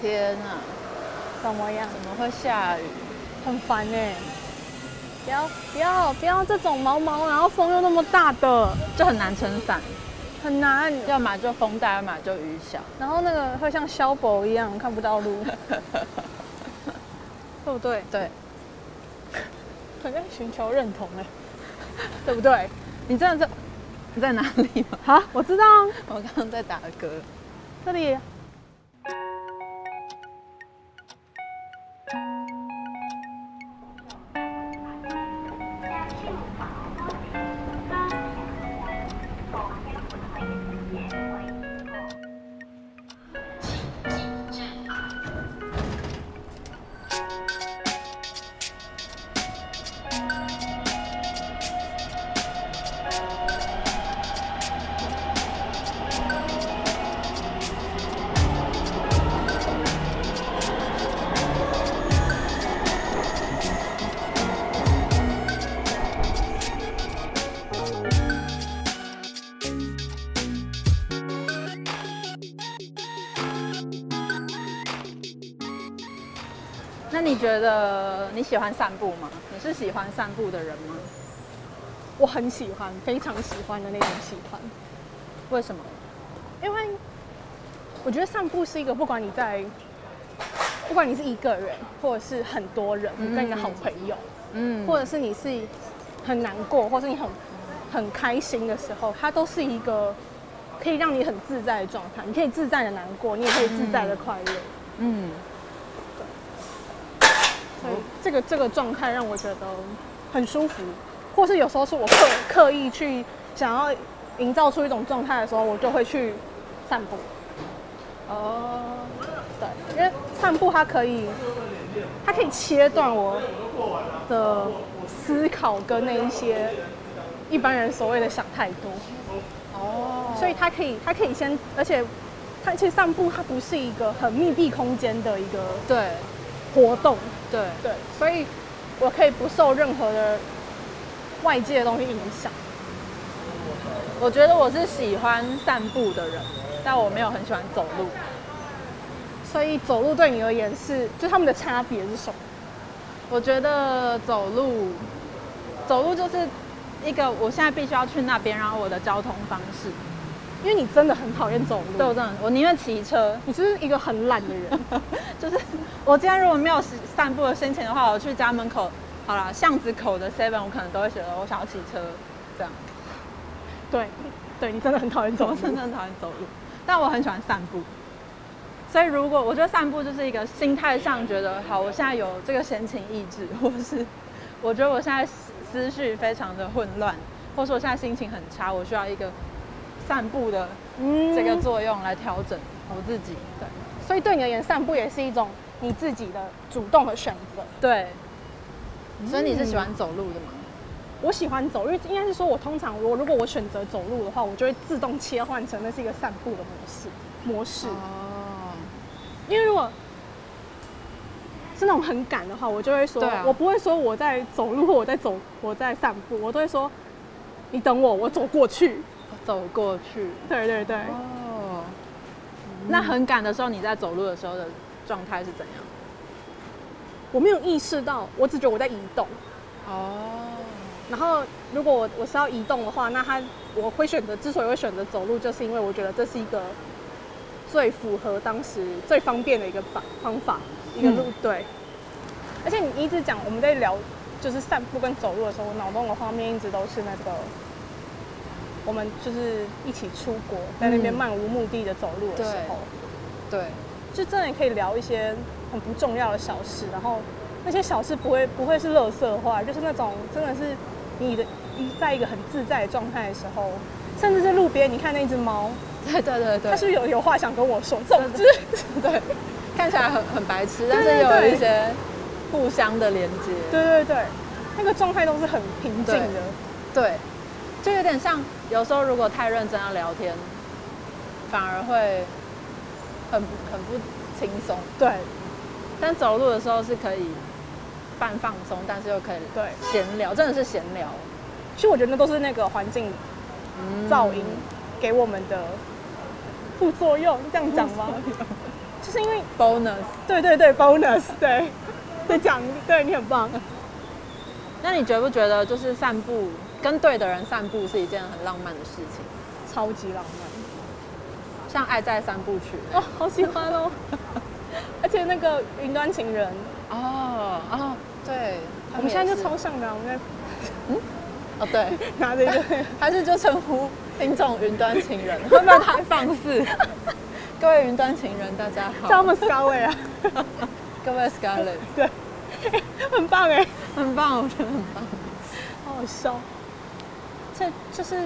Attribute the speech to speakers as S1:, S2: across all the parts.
S1: 天啊，
S2: 怎么样？
S1: 怎么会下雨？
S2: 很烦哎、不要不要不要这种毛毛，然后风又那么大的，
S1: 就很难撑伞，
S2: 很难。
S1: 要么就风大，要么就雨小。
S2: 然后那个会像消薄一样看不到 路，对不对？
S1: 对，
S2: 很在寻求认同 哎、对不对？
S1: 你真的在你在哪里吗？
S2: 好，我知道啊，
S1: 我刚刚在打嗝。
S2: 这里
S1: 那你觉得你喜欢散步吗？你是喜欢散步的人吗？
S2: 我很喜欢，非常喜欢的那种喜欢，
S1: 为什么？
S2: 因为我觉得散步是一个不管你在，不管你是一个人或者是很多人，你跟你的好朋友，
S1: 嗯，
S2: 或者是你是很难过，或是你很很开心的时候，它都是一个可以让你很自在的状态。你可以自在的难过，你也可以自在的快乐。
S1: 嗯，
S2: 所以这个这个状态让我觉得很舒服，或是有时候是我刻刻意去想要营造出一种状态的时候，我就会去散步。
S1: 哦，
S2: 对，因为散步它可以，它可以切断我的思考跟那一些一般人所谓的想太多。
S1: 哦，
S2: 所以它可以，它可以先，而且它其实散步它不是一个很密闭空间的一个
S1: 对
S2: 活动，
S1: 对，
S2: 对，所以我可以不受任何的外界的东西影响。
S1: 我觉得我是喜欢散步的人，但我没有很喜欢走路。
S2: 所以走路对你而言是，就他们的差别是什么？
S1: 我觉得走路，走路就是一个我现在必须要去那边，然后我的交通方式。
S2: 因为你真的很讨厌走路，
S1: 对我真的，我宁愿骑车。
S2: 你就是一个很懒的人。
S1: 就是我今天如果没有散步的心情的话，我去家门口，好啦，巷子口的 Seven，我可能都会觉得我想要骑车，这样。
S2: 对，对你真的很讨厌走
S1: 我
S2: 路。
S1: 真的很讨厌走路，但我很喜欢散步。所以如果我觉得散步就是一个心态上觉得好，我现在有这个闲情逸致，或是 我觉得我现在思思绪非常的混乱，或是我现在心情很差，我需要一个散步的
S2: 嗯
S1: 这个作用来调整我自己。对
S2: 所以对你而言，散步也是一种你自己的主动的选择。
S1: 对，所以你是喜欢走路的吗？
S2: 我喜欢走，因为应该是说，我通常我如果我选择走路的话，我就会自动切换成那是一个散步的模式模式。
S1: 哦，
S2: 因为如果是那种很赶的话，我就会说，
S1: 对啊
S2: 我不会说我在走路或我在走我在散步，我都会说你等我，我走过去。
S1: 哦走过去。
S2: 对对对，
S1: 哦，
S2: 嗯
S1: 那很赶的时候，你在走路的时候的状态是怎样？
S2: 我没有意识到，我只觉得我在移动。
S1: 哦，
S2: 然后如果我我是要移动的话，那它我会选择，之所以会选择走路，就是因为我觉得这是一个最符合当时最方便的一个方方法，一个路、对。而且你一直讲我们在聊就是散步跟走路的时候，我脑中的画面一直都是那个我们就是一起出国，在那边
S1: 嗯
S2: 漫无目的的走路的时候，
S1: 对，
S2: 就真的可以聊一些很不重要的小事，然后那些小事不会不会是垃圾话，就是那种真的是你的你在一个很自在的状态的时候，甚至是路边你看那只猫，
S1: 对对对对，
S2: 它是不是有有话想跟我说，这种就
S1: 对
S2: 是
S1: 对，看起来很很白痴，但
S2: 对
S1: 是
S2: 对
S1: 有
S2: 对
S1: 一些互相的连接。
S2: 对对对，那个状态都是很平静的
S1: 对，对，就有点像有时候如果太认真要聊天，反而会很不很不轻松。
S2: 对
S1: 但走路的时候是可以半放松，但是又可以
S2: 对。
S1: 闲聊，真的是闲聊。
S2: 其实我觉得那都是那个环境
S1: 嗯
S2: 噪音给我们的副作用，这样讲吗？就是因为
S1: bonus。
S2: 对对对，bonus，对，对奖励，对你很棒。
S1: 那你觉不觉得就是散步跟对的人散步是一件很浪漫的事情？
S2: 超级浪漫
S1: 像《爱在三部曲》
S2: 哦，好喜欢哦！而且那个云端情人，
S1: 哦哦，对，
S2: 我们现在就超像的、啊，我们
S1: 哦对，
S2: 在拿着一个，
S1: 还是就称呼听众云端情人， 会不会太放肆？ 各位云端情人，大家
S2: 叫他
S1: 好，
S2: 们 Scarway 啊，
S1: 各位 Scarlett，
S2: 对，很棒哎，
S1: 很棒，我觉得很棒。
S2: 好好笑。这就是，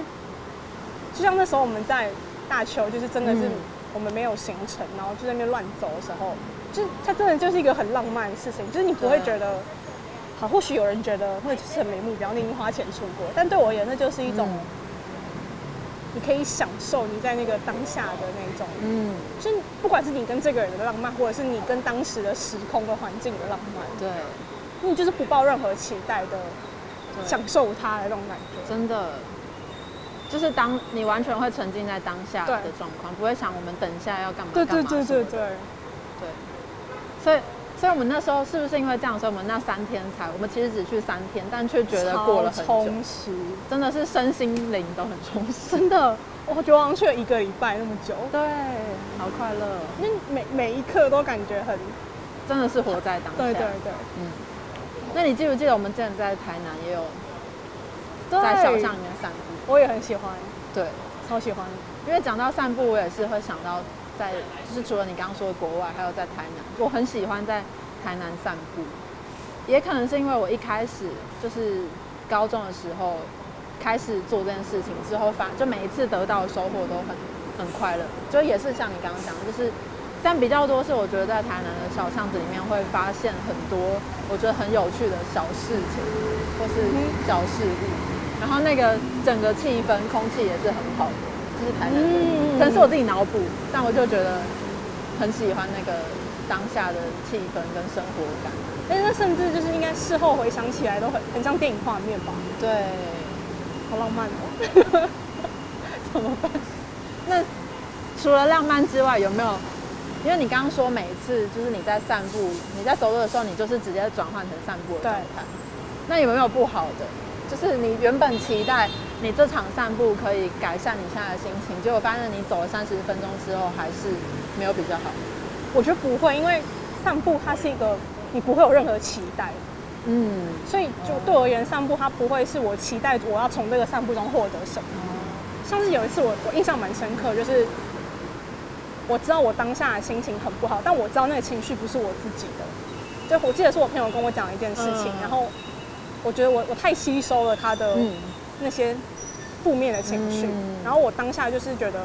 S2: 就像那时候我们在大邱，就是真的是
S1: 嗯
S2: 我们没有行程，然后就在那边乱走的时候，就是它真的就是一个很浪漫的事情，就是你不会
S1: 对
S2: 觉得。好，或许有人觉得会是很没目标，宁愿花钱出国。但对我而言，那就是一种
S1: 嗯
S2: 你可以享受你在那个当下的那种
S1: 嗯，
S2: 就是不管是你跟这个人的浪漫，或者是你跟当时的时空的环境的浪漫，
S1: 对，
S2: 你就是不抱任何期待的
S1: 对
S2: 享受它的那种感觉。
S1: 真的，就是当你完全会沉浸在当下的状况，不会想我们等一下要干嘛
S2: 对
S1: 干嘛
S2: 对对对
S1: 什么
S2: 对
S1: 的，对。所以，所以我们那时候是不是因为这样，所以我们那三天才，我们其实只去三天，但却觉得过了
S2: 超
S1: 很久，
S2: 充实，
S1: 真的是身心灵都很充实。
S2: 真的，我觉得我好像去了一个礼拜那么久，
S1: 对，好快乐，哦
S2: 那每每一刻都感觉很，
S1: 真的是活在当下。
S2: 对对对，
S1: 嗯。那你记不记得我们之前在台南也有
S2: 对
S1: 在小巷里面散步？
S2: 我也很喜欢，
S1: 对，
S2: 超喜欢，
S1: 因为讲到散步，我也是会想到在，就是除了你刚刚说的国外，还有在台南，我很喜欢在台南散步。也可能是因为我一开始就是高中的时候开始做这件事情之后，发就每一次得到的收获都很很快乐，就也是像你刚刚讲，的，就是但比较多是我觉得在台南的小巷子里面会发现很多我觉得很有趣的小事情或是小事物，然后那个整个气氛空气也是很好的，就是台南的，
S2: 嗯
S1: 可能是我自己脑补，但我就觉得很喜欢那个当下的气氛跟生活感。
S2: 但是那甚至就是应该事后回想起来都很很像电影画面吧，
S1: 对，
S2: 好浪漫哦。
S1: 怎么办？那除了浪漫之外，有没有？因为你刚刚说每一次就是你在散步，你在走路的时候，你就是直接转换成散步的状态。那有没有不好的？就是你原本期待你这场散步可以改善你现在的心情，结果发现你走了三十分钟之后还是没有比较好。
S2: 我觉得不会，因为散步它是一个你不会有任何期待，
S1: 嗯，
S2: 所以就对我而言，散步它不会是我期待我要从这个散步中获得什么。像是有一次我我印象蛮深刻，就是我知道我当下的心情很不好，但我知道那个情绪不是我自己的，就我记得是我朋友跟我讲一件事情，
S1: 嗯
S2: 然后我觉得我我太吸收了他的
S1: 嗯，
S2: 那些负面的情绪，
S1: 嗯
S2: 然后我当下就是觉得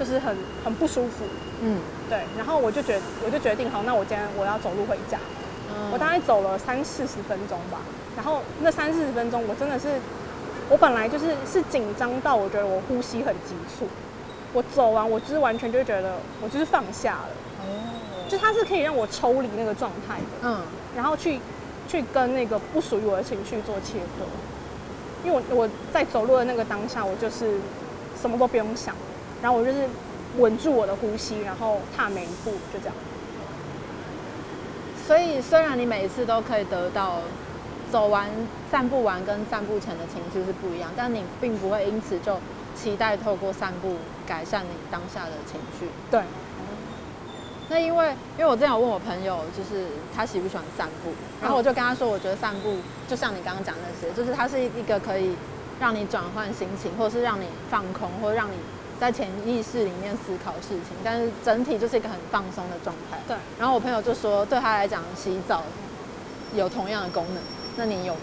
S2: 就是很很不舒服，
S1: 嗯，
S2: 对，然后我就决我就决定好，那我今天我要走路回家。
S1: 嗯
S2: 我大概走了三四十分钟吧，然后那三四十分钟我真的是，我本来就是是紧张到我觉得我呼吸很急促，我走完我就是完全就觉得我就是放下了，
S1: 哦，
S2: 就它是可以让我抽离那个状态的，
S1: 嗯，
S2: 然后去去跟那个不属于我的情绪做切割，因为我我在走路的那个当下，我就是什么都不用想，然后我就是稳住我的呼吸，然后踏每一步就这样。
S1: 所以虽然你每一次都可以得到走完、散步完跟散步前的情绪是不一样，但你并不会因此就期待透过散步改善你当下的情绪。
S2: 对，
S1: 那因为因为我之前有问我朋友，就是他喜不喜欢散步，然后我就跟他说，我觉得散步就像你刚刚讲的那些，就是它是一个可以让你转换心情，或是让你放空，或者让你在潜意识里面思考事情，但是整体就是一个很放松的状态。
S2: 对。
S1: 然后我朋友就说，对他来讲，洗澡有同样的功能，那你有吗？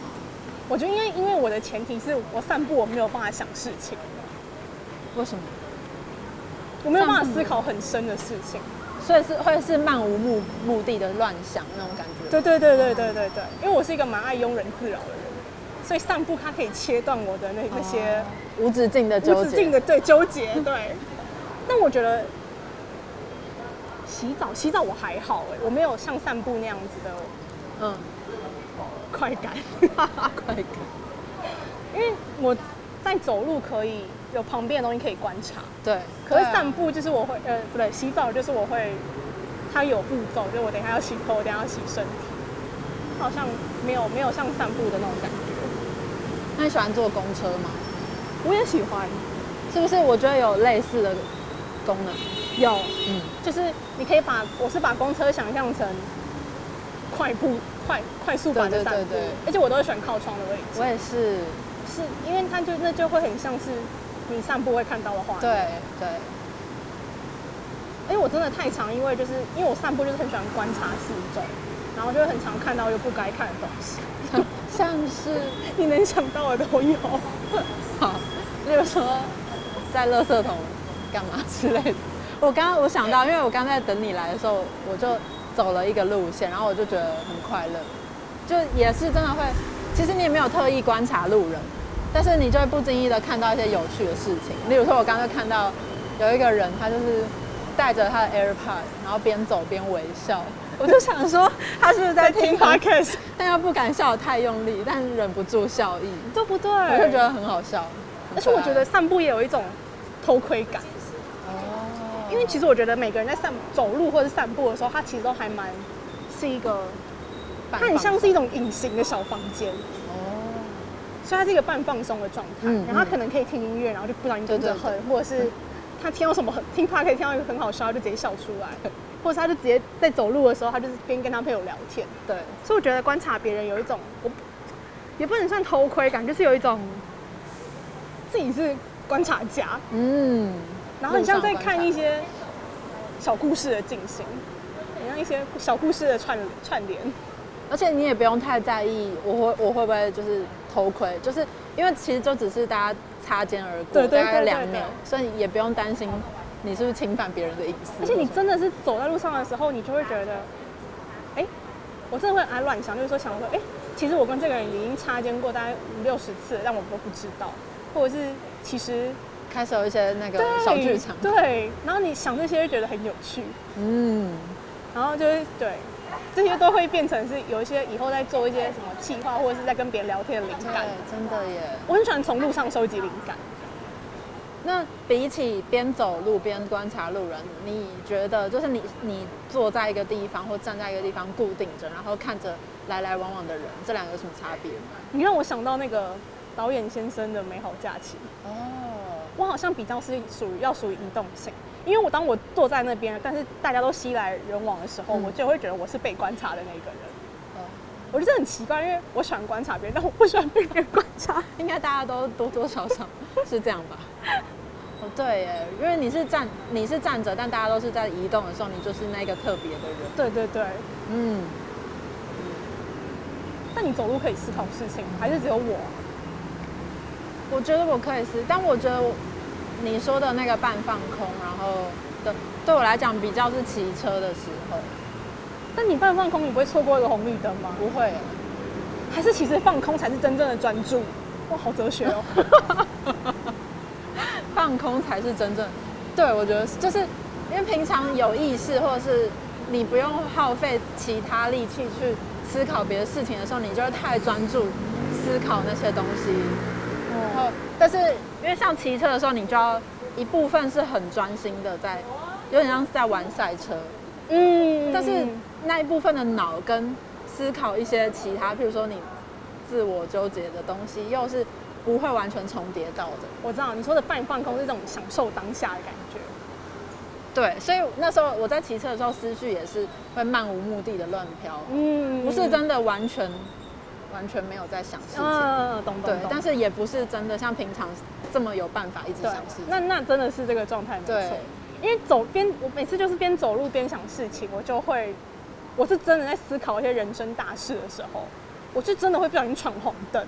S2: 我觉得因为因为我的前提是我散步我没有办法想事情，
S1: 为什么？
S2: 我没有办法思考很深的事情。
S1: 所以是会是漫无目目的的乱想那种感觉。
S2: 对对对对对对对，因为我是一个蛮爱庸人自扰的人，所以散步它可以切断我的那那些
S1: 哦无止境的纠
S2: 无
S1: 结。
S2: 止境的对哦纠结。对，但我觉得洗澡洗澡我还好哎、我没有像散步那样子的
S1: 嗯，
S2: 快感，
S1: 快感。
S2: 因为我在走路可以有旁边的东西可以观察。
S1: 对，
S2: 可是
S1: 对啊
S2: 散步就是我会，呃，不对，洗澡就是我会它有步骤，就我等一下要洗头，我等一下要洗身体，它好像没有没有像散步的那种感觉。
S1: 那你喜欢坐公车吗？
S2: 我也喜欢，
S1: 是不是？我觉得有类似的功能。
S2: 有
S1: 嗯，
S2: 就是你可以把我是把公车想象成快步快快速版
S1: 对对
S2: 的散步，
S1: 对对
S2: 而且哎我都会选靠窗的位置，
S1: 我也是。
S2: 是因为它就那就会很像是你散步会看到的画面。
S1: 对对，
S2: 哎，我真的太常，因为就是因为我散步就是很喜欢观察四周，然后就会很常看到又不该看的东西，
S1: 像像是
S2: 你能想到的 都有。
S1: 好，例如说在垃圾桶干嘛之类的。我刚刚我想到，因为我刚在等你来的时候，我就走了一个路线，然后我就觉得很快乐，就也是真的会。其实你也没有特意观察路人，但是你就会不经意的看到一些有趣的事情。例如说，我刚刚就看到有一个人，他就是戴着他的 AirPod，然后边走边微 笑。我就想说，他是不是在
S2: 在
S1: 听
S2: 听
S1: 他，
S2: podcast
S1: 但又不敢笑得太用力，但忍不住笑意，
S2: 对不对？
S1: 我
S2: 我
S1: 就觉，得很好笑。
S2: 而且我觉
S1: 很可爱
S2: 得散步也有一种偷窥感，
S1: 哦，
S2: 因为其实我觉得每个人在散走路或者散步的时候，它其实都还蛮是一个，它很像是一种隐形的小房间，
S1: 哦，
S2: 所以它是一个半放松的状态。
S1: 嗯
S2: 然后他可能可以听音乐，然后就不小心跟着哼
S1: 对对，
S2: 或者是他听到什么很听 p o d 听到一个很好笑，他就直接笑出来，或者是他就直接在走路的时候，他就是边跟他朋友聊天。
S1: 对，
S2: 所以我觉得观察别人有一种，我也不能算偷窥感，就是有一种自己是观察家，
S1: 嗯，
S2: 然后很像在看一
S1: 路上观察
S2: 些小故事的进行，很像一些小故事的串串联。
S1: 而且你也不用太在意我会我会不会就是偷窥，就是因为其实就只是大家擦肩而过，
S2: 对对对
S1: 大概两
S2: 对对
S1: 秒，所以也不用担心你是不是侵犯别人的隐私。
S2: 而且你真的是走在路上的时候，你就会觉得，哎、我真的会爱乱想，就是说想说，哎、其实我跟这个人已经擦肩过大概五六十次了，但我都不知道，或者是其实
S1: 开始有一些那个
S2: 对
S1: 小剧场，
S2: 对，然后你想这些就觉得很有趣，
S1: 嗯，
S2: 然后就是对，这些都会变成是有一些以后在做一些什么企划，或者是在跟别人聊天的灵
S1: 对
S2: 感。，
S1: 真的耶。
S2: 我很喜欢从路上收集灵感。
S1: 那比起边走路边观察路人，你觉得就是你你坐在一个地方或站在一个地方固定着，然后看着来来往往的人，这两个有什么差别吗？
S2: 你让我想到那个导演先生的《美好假期》，
S1: 哦，
S2: 我好像比较是属于要属于移动性，因为我当我坐在那边，但是大家都熙来人往的时候，
S1: 嗯
S2: 我就会觉得我是被观察的那个人。
S1: 哦
S2: 我觉得很奇怪，因为我喜欢观察别人，但我不喜欢被别人观察。
S1: 应该大家都多多少 少是这样吧？哦，对耶，因为你是站你是站着，但大家都是在移动的时候，你就是那个特别的人。
S2: 对对对，
S1: 嗯，
S2: 但你走路可以思考事情，还是只有我？
S1: 我觉得我可以是，但我觉得我你说的那个半放空，然后的对我来讲比较是骑车的时候，
S2: 但你半放空，你不会错过一个红绿灯吗？
S1: 不会耶。
S2: 还是其实放空才是真正的专注？哇，好哲学 哦！
S1: 放空才是真正。对，我觉得是就是因为平常有意识，或者是你不用耗费其他力气去思考别的事情的时候，你就会太专注思考那些东西。然
S2: 嗯
S1: 后，但是因为像骑车的时候，你就要一部分是很专心的在，有点像是在玩赛车，
S2: 嗯
S1: 但是那一部分的脑跟思考一些其他，譬如说你自我纠结的东西，又是不会完全重叠到的。
S2: 我知道你说的半放空是一种享受当下的感觉。
S1: 对，所以那时候我在骑车的时候，思绪也是会漫无目的的乱飘，
S2: 嗯
S1: 不是真的完全完全没有在想事情，
S2: 嗯，懂懂
S1: 对
S2: 懂，。
S1: 但
S2: 是
S1: 是也不是真的像平常这么有办法一直
S2: 对
S1: 想事，情。
S2: 那那真的是这个状态没错
S1: 对。
S2: 因为走边，我每次就是边走路边想事情，我就会，我是真的在思考一些人生大事的时候，我就真的会不小心闯红灯。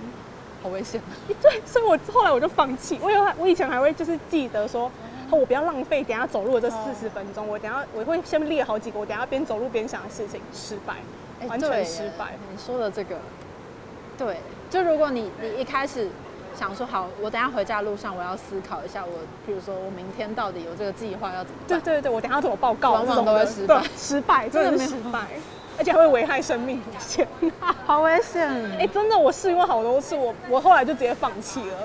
S1: 好危险，
S2: 对，所以我后来我就放弃。我有，我以前还会就是记得说，
S1: 嗯
S2: 哦我不要浪费等一下走路的这四十分钟，我等一下我会先列好几个，我等一下边走路边想的事情，失败，
S1: 哎
S2: 完全
S1: 对
S2: 失
S1: 耶
S2: 败。
S1: 你说的这个，对，就如果你你一开始想说好，我等一下回家路上我要思考一下我，比如说我明天到底有这个计划要怎么
S2: 对
S1: 办。
S2: 对对，我等一下要怎么报告？
S1: 往往
S2: 这种
S1: 都会
S2: 的
S1: 失败
S2: 对失败
S1: 真的
S2: 真的
S1: 没
S2: 是
S1: 有
S2: 失败，而且还会危害生命危险。
S1: 好危险！
S2: 哎、真的，我试过好多次，我我后来就直接放弃了。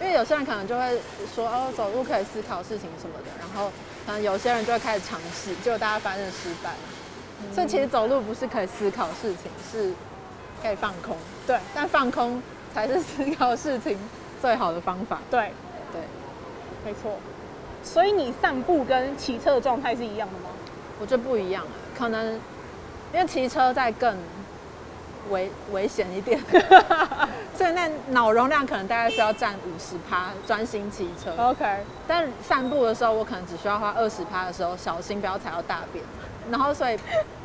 S1: 因为有些人可能就会说哦，走路可以思考事情什么的，然后可能有些人就会开始尝试，结果大家发现失败。所以其实走路不是可以思考事情，是可以放空，
S2: 对
S1: 但放空才是思考事情最好的方法。
S2: 对，
S1: 对，
S2: 没错。所以你散步跟骑车的状态是一样的吗？
S1: 我觉得不一样，啊可能因为骑车再更危危险一点， 所以那脑容量可能大概需要占五十趴，专心骑车。
S2: OK，
S1: 但散步的时候，我可能只需要花二十趴的时候，小心不要踩到大便，然后所以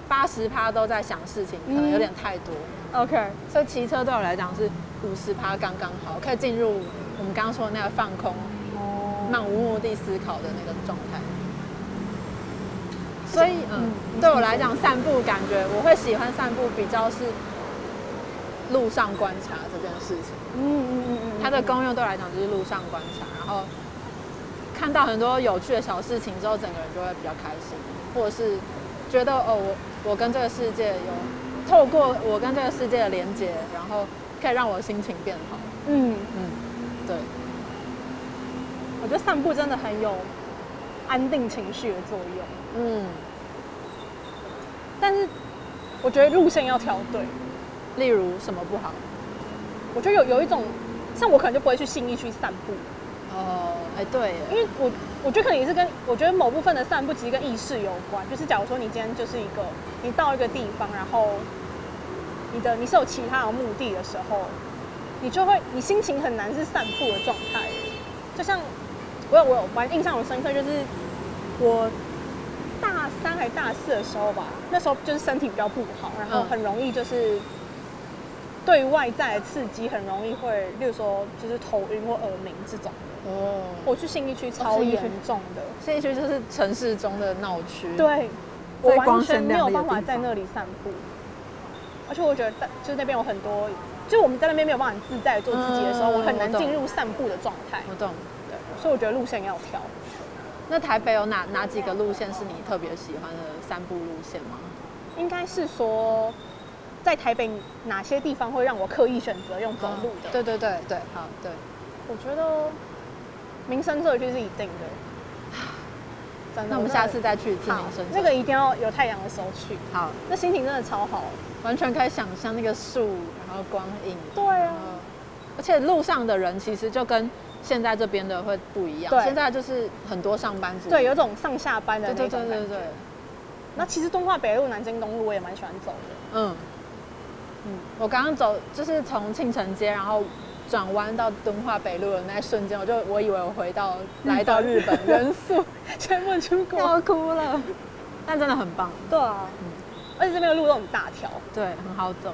S1: 八十趴都在想事情，可能有点太多。
S2: OK，
S1: 所以骑车对我来讲是五十趴刚刚好，可以进入我们刚刚说的那个放空、漫无目的思考的那个状态。所以，嗯，对我来讲，散步感觉我会喜欢散步，比较是路上观察这件事情。
S2: 嗯嗯嗯嗯，
S1: 它的功用对我来讲就是路上观察，然后看到很多有趣的小事情之后，整个人就会比较开心，或者是觉得哦，我我跟这个世界有透过我跟这个世界的连接，然后可以让我心情变好。
S2: 嗯，
S1: 嗯，对，
S2: 我觉得散步真的很有安定情绪的作用，
S1: 嗯，
S2: 但是我觉得路线要调对。
S1: 例如什么不好？
S2: 我觉得有有一种，像我可能就不会去信义区散步，
S1: 哦，哎，对耶，
S2: 因为我我觉得可能也是跟我觉得某部分的散步其实跟意识有关，就是假如说你今天就是一个你到一个地方，然后你的你是有其他的目的的时候，你就会你心情很难是散步的状态。就像我有我有蛮印象很深刻，就是我大三还大四的时候吧，那时候就是身体比较不好，然后
S1: 嗯
S2: 很容易就是。对于外在的刺激很容易会，例如说就是头晕或耳鸣这种，
S1: 哦，
S2: 我去信义区超严重的，
S1: 这一区就是城市中的闹区。，
S2: 对，我
S1: 最
S2: 完
S1: 光
S2: 全
S1: 鲜
S2: 没
S1: 亮
S2: 有
S1: 丽的
S2: 办法
S1: 地
S2: 在
S1: 方
S2: 那里散步，而且我觉得在就是那边有很多，就我们在那边没有办法自在地做自己的时候，
S1: 嗯
S2: 我很难
S1: 我懂
S2: 进入散步的状态，
S1: 我懂。
S2: 对，所以我觉得路线要挑。
S1: 那台北有哪哪几个路线是你特别喜欢的散步路线吗？
S2: 应该是说，在台北哪些地方会让我刻意选择用走路的？
S1: 哦嗯对对对对，好对。
S2: 我觉得民生这就是一定的，真的。
S1: 那我们
S2: 真的
S1: 下次再去一次
S2: 好
S1: 民生
S2: 那个一定要有太阳的时候去，
S1: 好，
S2: 那心情真的超好。
S1: 完全可以想象那个树，然后光影，
S2: 对啊
S1: 然后而且路上的人其实就跟现在这边的会不一样
S2: 对，
S1: 现在就是很多上班族，
S2: 对，有种上下班的
S1: 对
S2: 那
S1: 对
S2: 种
S1: 对
S2: 感
S1: 对
S2: 觉
S1: 对，
S2: 那其实东化北路、南京东路我也蛮喜欢走 的。
S1: 嗯嗯，我刚刚走就是从庆城街，然后。转弯到敦化北路的那一瞬间，我就我以为我回到来到日本，人
S2: 素全部出 国。
S1: 要哭了，但真的很棒，
S2: 哦对啊，而且这边的路都很大条，
S1: 对，很好走，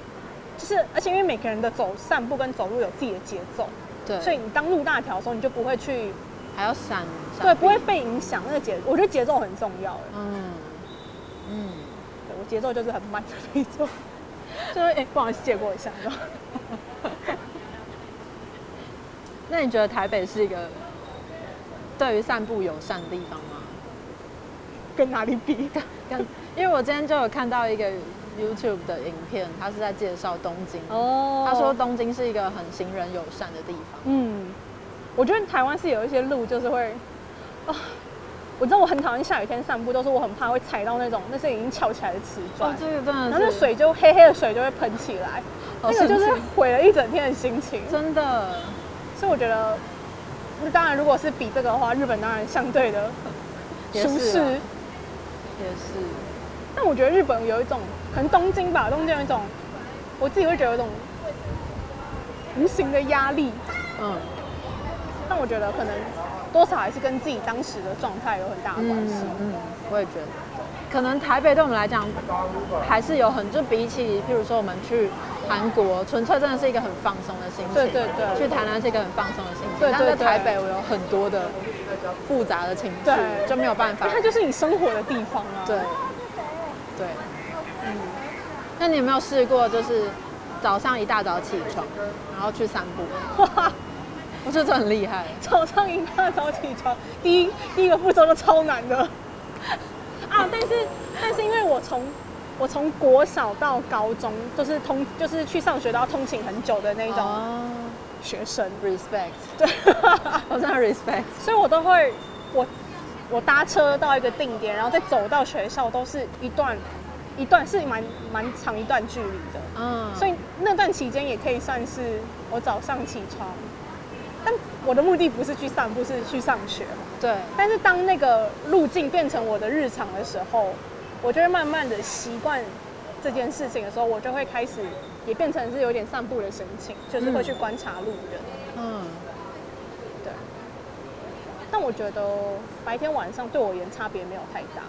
S2: 就是而且因为每个人的走散步跟走路有自己的节奏，
S1: 对，
S2: 所以你当路大条的时候，你就不会去
S1: 还要闪，闪
S2: 对，不会
S1: 避，
S2: 被影响那个节。我觉得节奏很重要，哎
S1: 嗯嗯，
S2: 对我节奏就是很慢的那种， 就是哎、 不好意思借过一下。然后
S1: 那你觉得台北是一个对于散步友善的地方吗？
S2: 跟哪里比？
S1: 跟因为我今天就有看到一个 YouTube 的影片，他是在介绍东京，
S2: 哦
S1: 他说东京是一个很行人友善的地方。
S2: 嗯，我觉得台湾是有一些路就是会，啊，我知道我很讨厌下雨天散步，都是我很怕会踩到那种那是已经翘起来的瓷砖，
S1: 哦，这个真的是，
S2: 然后那水就黑黑的水就会喷起来，
S1: 好
S2: 那个就是
S1: 哦神奇
S2: 毁了一整天的心情。
S1: 真的，
S2: 所以我觉得，那当然如果是比这个的话，日本当然相对的
S1: 也是啊
S2: 舒适，
S1: 也是，
S2: 但我觉得日本有一种，可能东京吧，东京有一种，我自己会觉得有一种无形的压力，
S1: 嗯
S2: 但我觉得可能多少还是跟自己当时的状态有很大的关系。
S1: 嗯嗯，我也觉得，可能台北对我们来讲还是有很，就比起譬如说我们去韩国，纯粹真的是一个很放松的心情，
S2: 对对对
S1: 去台南是一个很放松的心情，
S2: 对对
S1: 但在
S2: 对
S1: 台北我有很多的复杂的情绪
S2: 对，
S1: 就没有办法
S2: 因为，它就是你生活的地方啊。
S1: 对，对，嗯。那你有没有试过，就是早上一大早起床，然后去散步？
S2: 哇，
S1: 我觉得这很厉害。
S2: 早上一大早起床，第一第一个步骤就超难的啊！但是但是因为我从我从国小到高中就是通就是去上学都要通勤很久的那种
S1: 哦
S2: 学生，
S1: ，respect，
S2: 对，
S1: 我真的 respect。
S2: 所以我都会我我搭车到一个定点，然后再走到学校，都是一段一段是蛮蛮长一段距离的。
S1: 嗯，
S2: 所以那段期间也可以算是我早上起床，但我的目的不是去散步，是去上学嘛。
S1: 对，
S2: 但是当那个路径变成我的日常的时候，我就会慢慢的习惯这件事情的时候，我就会开始也变成是有点散步的神情，就是会去观察路人。
S1: 嗯，
S2: 对。但我觉得白天晚上对我而言差别没有太大。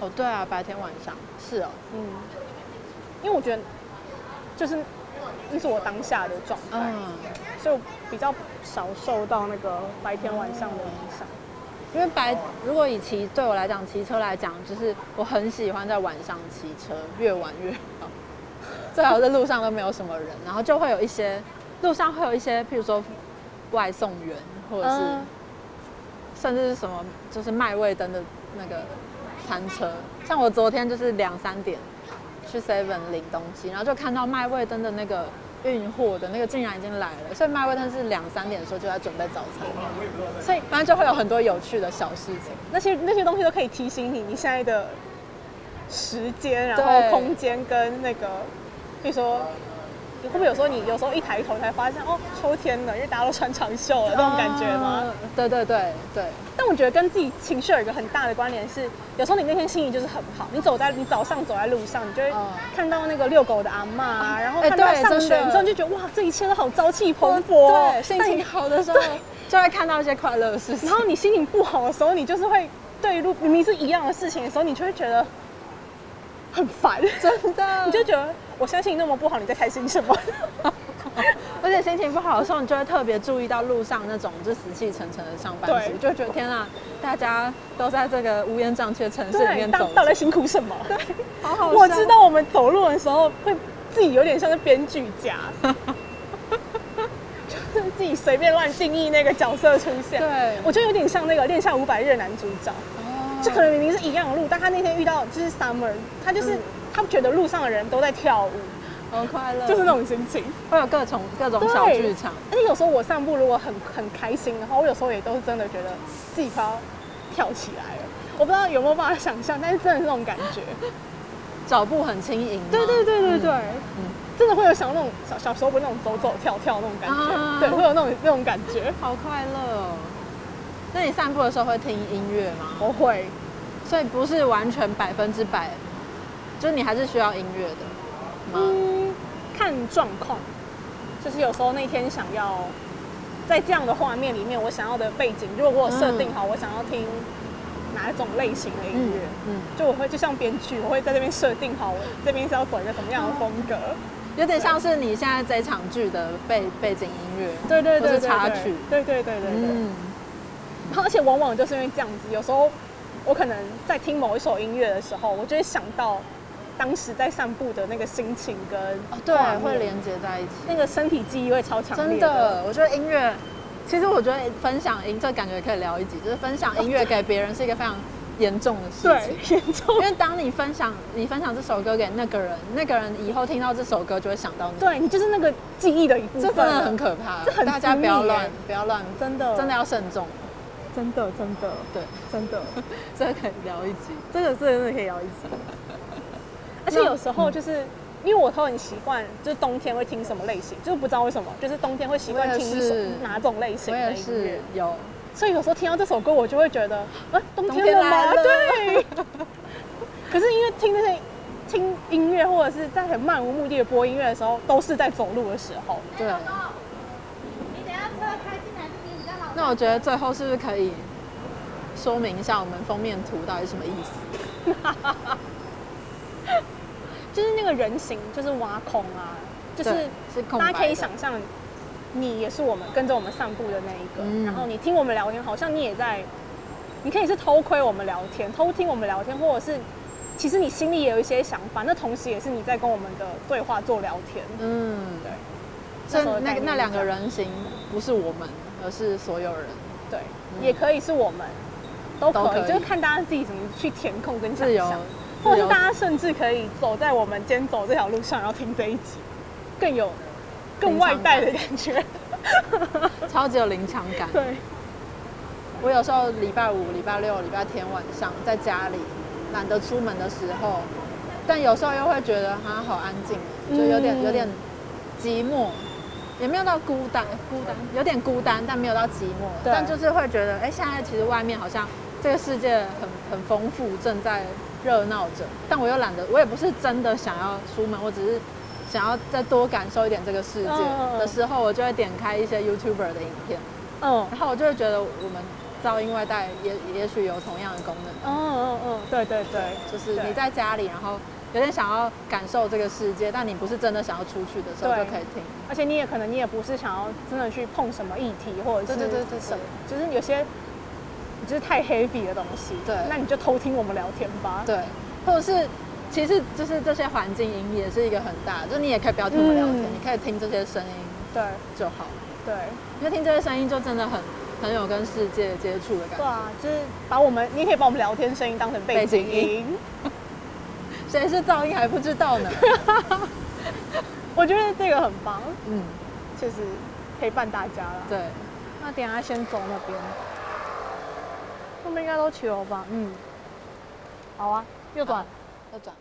S1: 哦，对啊，白天晚上是哦，
S2: 嗯。因为我觉得就是那是我当下的状态。
S1: 嗯，
S2: 所以我比较少受到那个白天晚上的影响。
S1: 因为白如果以骑对我来讲，骑车来讲，就是我很喜欢在晚上骑车，越晚越好，最好是路上都没有什么人，然后就会有一些路上会有一些，譬如说外送员或者是、
S2: 嗯
S1: 甚至是什么就是卖味灯的那个餐车，像我昨天就是两三点去 Seven 领东西，然后就看到卖味灯的那个运货的那个竟然已经来了，所以卖味灯是两三点的时候就在准备早餐，所以反正就会有很多有趣的小事情。
S2: 那些那些东西都可以提醒你你现在的时间，然后
S1: 对
S2: 空间跟那个，比如说。你会不会有时候你有时候一抬头才发现哦，秋天了，因为大家都穿长袖了，这种感觉吗？
S1: 啊？对对对对，
S2: 但我觉得跟自己情绪有一个很大的关联是，有时候你那天心情就是很好，你走在你早上走在路上，你就会
S1: 嗯
S2: 看到那个遛狗的阿嬷啊，然后
S1: 哎
S2: 看到
S1: 对
S2: 上
S1: 真
S2: 学
S1: 的
S2: 之后你就觉得哇，这一切都好朝气蓬勃哦，
S1: 对，心
S2: 但
S1: 情好的时候就会看到一些快乐的事情
S2: 然。后你心情不好的时候，你就是会对路明明是一样的事情的时候，你就会觉得很 烦，
S1: 真的，
S2: 你就觉得我相信那么不好，你在开心 什么？
S1: 而且心情不好的时候，你就会特别注意到路上那种就死气沉沉的上班族，
S2: 对
S1: 就会觉得天啊，大家都在这个乌烟瘴气的城市里
S2: 对，
S1: 面
S2: 到
S1: 走
S2: 到
S1: 着，
S2: 底辛苦什么？对，
S1: 好好笑
S2: 我知，道我们走路的时候会自己有点像是编剧 家，就是自己随便乱定义那个角色出现。
S1: 对
S2: 我觉得有点像那个《恋夏五百日》的男主角，
S1: 哦
S2: 就可能明明是一样的路，但他那天遇到就是 Summer，他就是、
S1: 嗯
S2: 他觉得路上的人都在跳舞，
S1: 好快乐，
S2: 就是那种心情。
S1: 会有各种各种
S2: 对
S1: 小剧场，
S2: 而且有时候我散步如果很很开心的话，我有时候也都是真的觉得自己快要跳起来了。我不知道有没有办法想象，但是真的是那种感觉。
S1: 嗯脚步很轻盈啊吗，
S2: 对对对对对，
S1: 嗯
S2: 真的会有想那种小小时候不是那种走走跳跳那种感觉，
S1: 啊
S2: 对，会有那种那种感觉。
S1: 好快乐哦。那你散步的时候会听音乐吗？
S2: 我会，
S1: 所以不是完全百分之百，就是你还是需要音乐的吗？
S2: 嗯，看状况，就是有时候那天想要在这样的画面里面，我想要的背景，如果我有设定好，我想要听哪种类型的音乐。
S1: 嗯，
S2: 就我会就像编剧，我会在这边设定好，我这边是要走一个什么样的风格。
S1: 有点像是你现在这一场剧的背背景音乐，
S2: 对对
S1: 或
S2: 对，
S1: 是
S2: 对
S1: 插
S2: 对
S1: 曲
S2: 对对对对对。
S1: 嗯。
S2: 然后而且往往就是因为这样子，有时候我可能在听某一首音乐的时候，我就会想到当时在散步的那个心情跟
S1: 哦，对
S2: 画，面
S1: 会连接在一起。
S2: 那个身体记忆会超强
S1: 真
S2: 烈的。
S1: 的，我觉得音乐，其实我觉得分享音，这感觉可以聊一集，就是分享音乐给别人是一个非常严重的事
S2: 对
S1: 情。，
S2: 严重
S1: 因。为当你分享你分享这首歌给那个人，那个人以后听到这首歌就会想到你，
S2: 对你就是那个记忆的一部
S1: 这
S2: 分，
S1: 真的很可怕。
S2: 这很
S1: 大家
S2: 私
S1: 不
S2: 密
S1: 要
S2: 耶
S1: 乱，不要乱，
S2: 真的
S1: 真的要慎重。
S2: 真的真的
S1: 对，
S2: 真的，
S1: 这个可以聊一集。
S2: 这个真的可以聊一集。而且有时
S1: 嗯
S2: 候就是。因为我都很习惯，就是冬天会听什么类型，就是不知道为什么，就是冬天会习
S1: 我
S2: 惯
S1: 也
S2: 听
S1: 是
S2: 什哪种类型
S1: 我
S2: 的
S1: 也
S2: 音乐
S1: 是。有，
S2: 所以有时候听到这首歌，我就会觉得啊，冬
S1: 冬天
S2: 天了吗？
S1: 来了
S2: 对。 可是因为听那些听音乐，或者是在很漫无目的的播音乐的时候，都是在走路的时候。
S1: 对。
S3: 你等下车开进来这边比较好。
S1: 那我觉得最后是不是可以说明一下我们封面图到底是什么意思？
S2: 就是那个人形，就是挖空啊，就是
S1: 对是空
S2: 大家可
S1: 白
S2: 以
S1: 的
S2: 想象，你也是我们跟着我们散步的那一个，
S1: 嗯
S2: 然后你听我们聊天，好像你也在，你可以是偷窥我们聊天，偷听我们聊天，或者是其实你心里也有一些想法，那同时也是你在跟我们的对话做聊天。
S1: 嗯，
S2: 对。
S1: 所以
S2: 那时候的
S1: 那
S2: 概念
S1: 那
S2: 是
S1: 两
S2: 这
S1: 个
S2: 样
S1: 人形不是我们，而是所有人
S2: 对，
S1: 嗯
S2: 也可以是我们，都可以，
S1: 都可以
S2: 就是看大家自己怎么去填空跟想
S1: 自由
S2: 象，，
S1: 自
S2: 或者是
S1: 由
S2: 大家甚至可以走在我们今天走这条路上，然后听这一集，更有更外带的感觉。
S1: 超级有临场感。
S2: 对，
S1: 我有时候礼拜五、礼拜六、礼拜天晚上在家里懒得出门的时候，但有时候又会觉得它好安静，
S2: 嗯
S1: 就有点有点寂寞，也没有到孤单，孤单有点孤单，但没有到寂寞，
S2: 对
S1: 但就是会觉得，哎、现在其实外面好像这个世界很很丰富，正在热闹着，但我又懒得，我也不是真的想要出门，我只是。想要再多感受一点这个世界
S2: 嗯
S1: 的时候，我就会点开一些 YouTuber 的影片，
S2: 嗯
S1: 然后我就会觉得我们噪音外带也也许有同样的功能，
S2: 嗯
S1: 哦
S2: 嗯嗯，对对对，
S1: 就是
S2: 对
S1: 你在家里，然后有点想要感受这个世界，但你不是真的想要出去的时候
S2: 对
S1: 就可以听。
S2: 而且你也可能你也不是想要真的去碰什么议题或者是
S1: 对对对对对
S2: 什么，就是有些就是太 heavy 的东西，
S1: 对
S2: 那你就偷听我们聊天吧。
S1: 对，或者是其实就是这些环境音也是一个很大，就你也可以不要听我们聊天，
S2: 嗯
S1: 你可以听这些声音
S2: 对
S1: 就好，
S2: 对
S1: 因为听这些声音就真的很很有跟世界接触的感
S2: 对
S1: 觉。
S2: 啊，就是把我们，你也可以把我们聊天声音当成背
S1: 背
S2: 景
S1: 景
S2: 音。
S1: 谁是噪音还不知道 呢？
S2: 我觉得这个很棒，
S1: 嗯，
S2: 就是陪伴大家啦。
S1: 对，
S2: 那等一下先走那边，那边应该都骑楼吧？嗯，好啊，右转。
S1: 要转。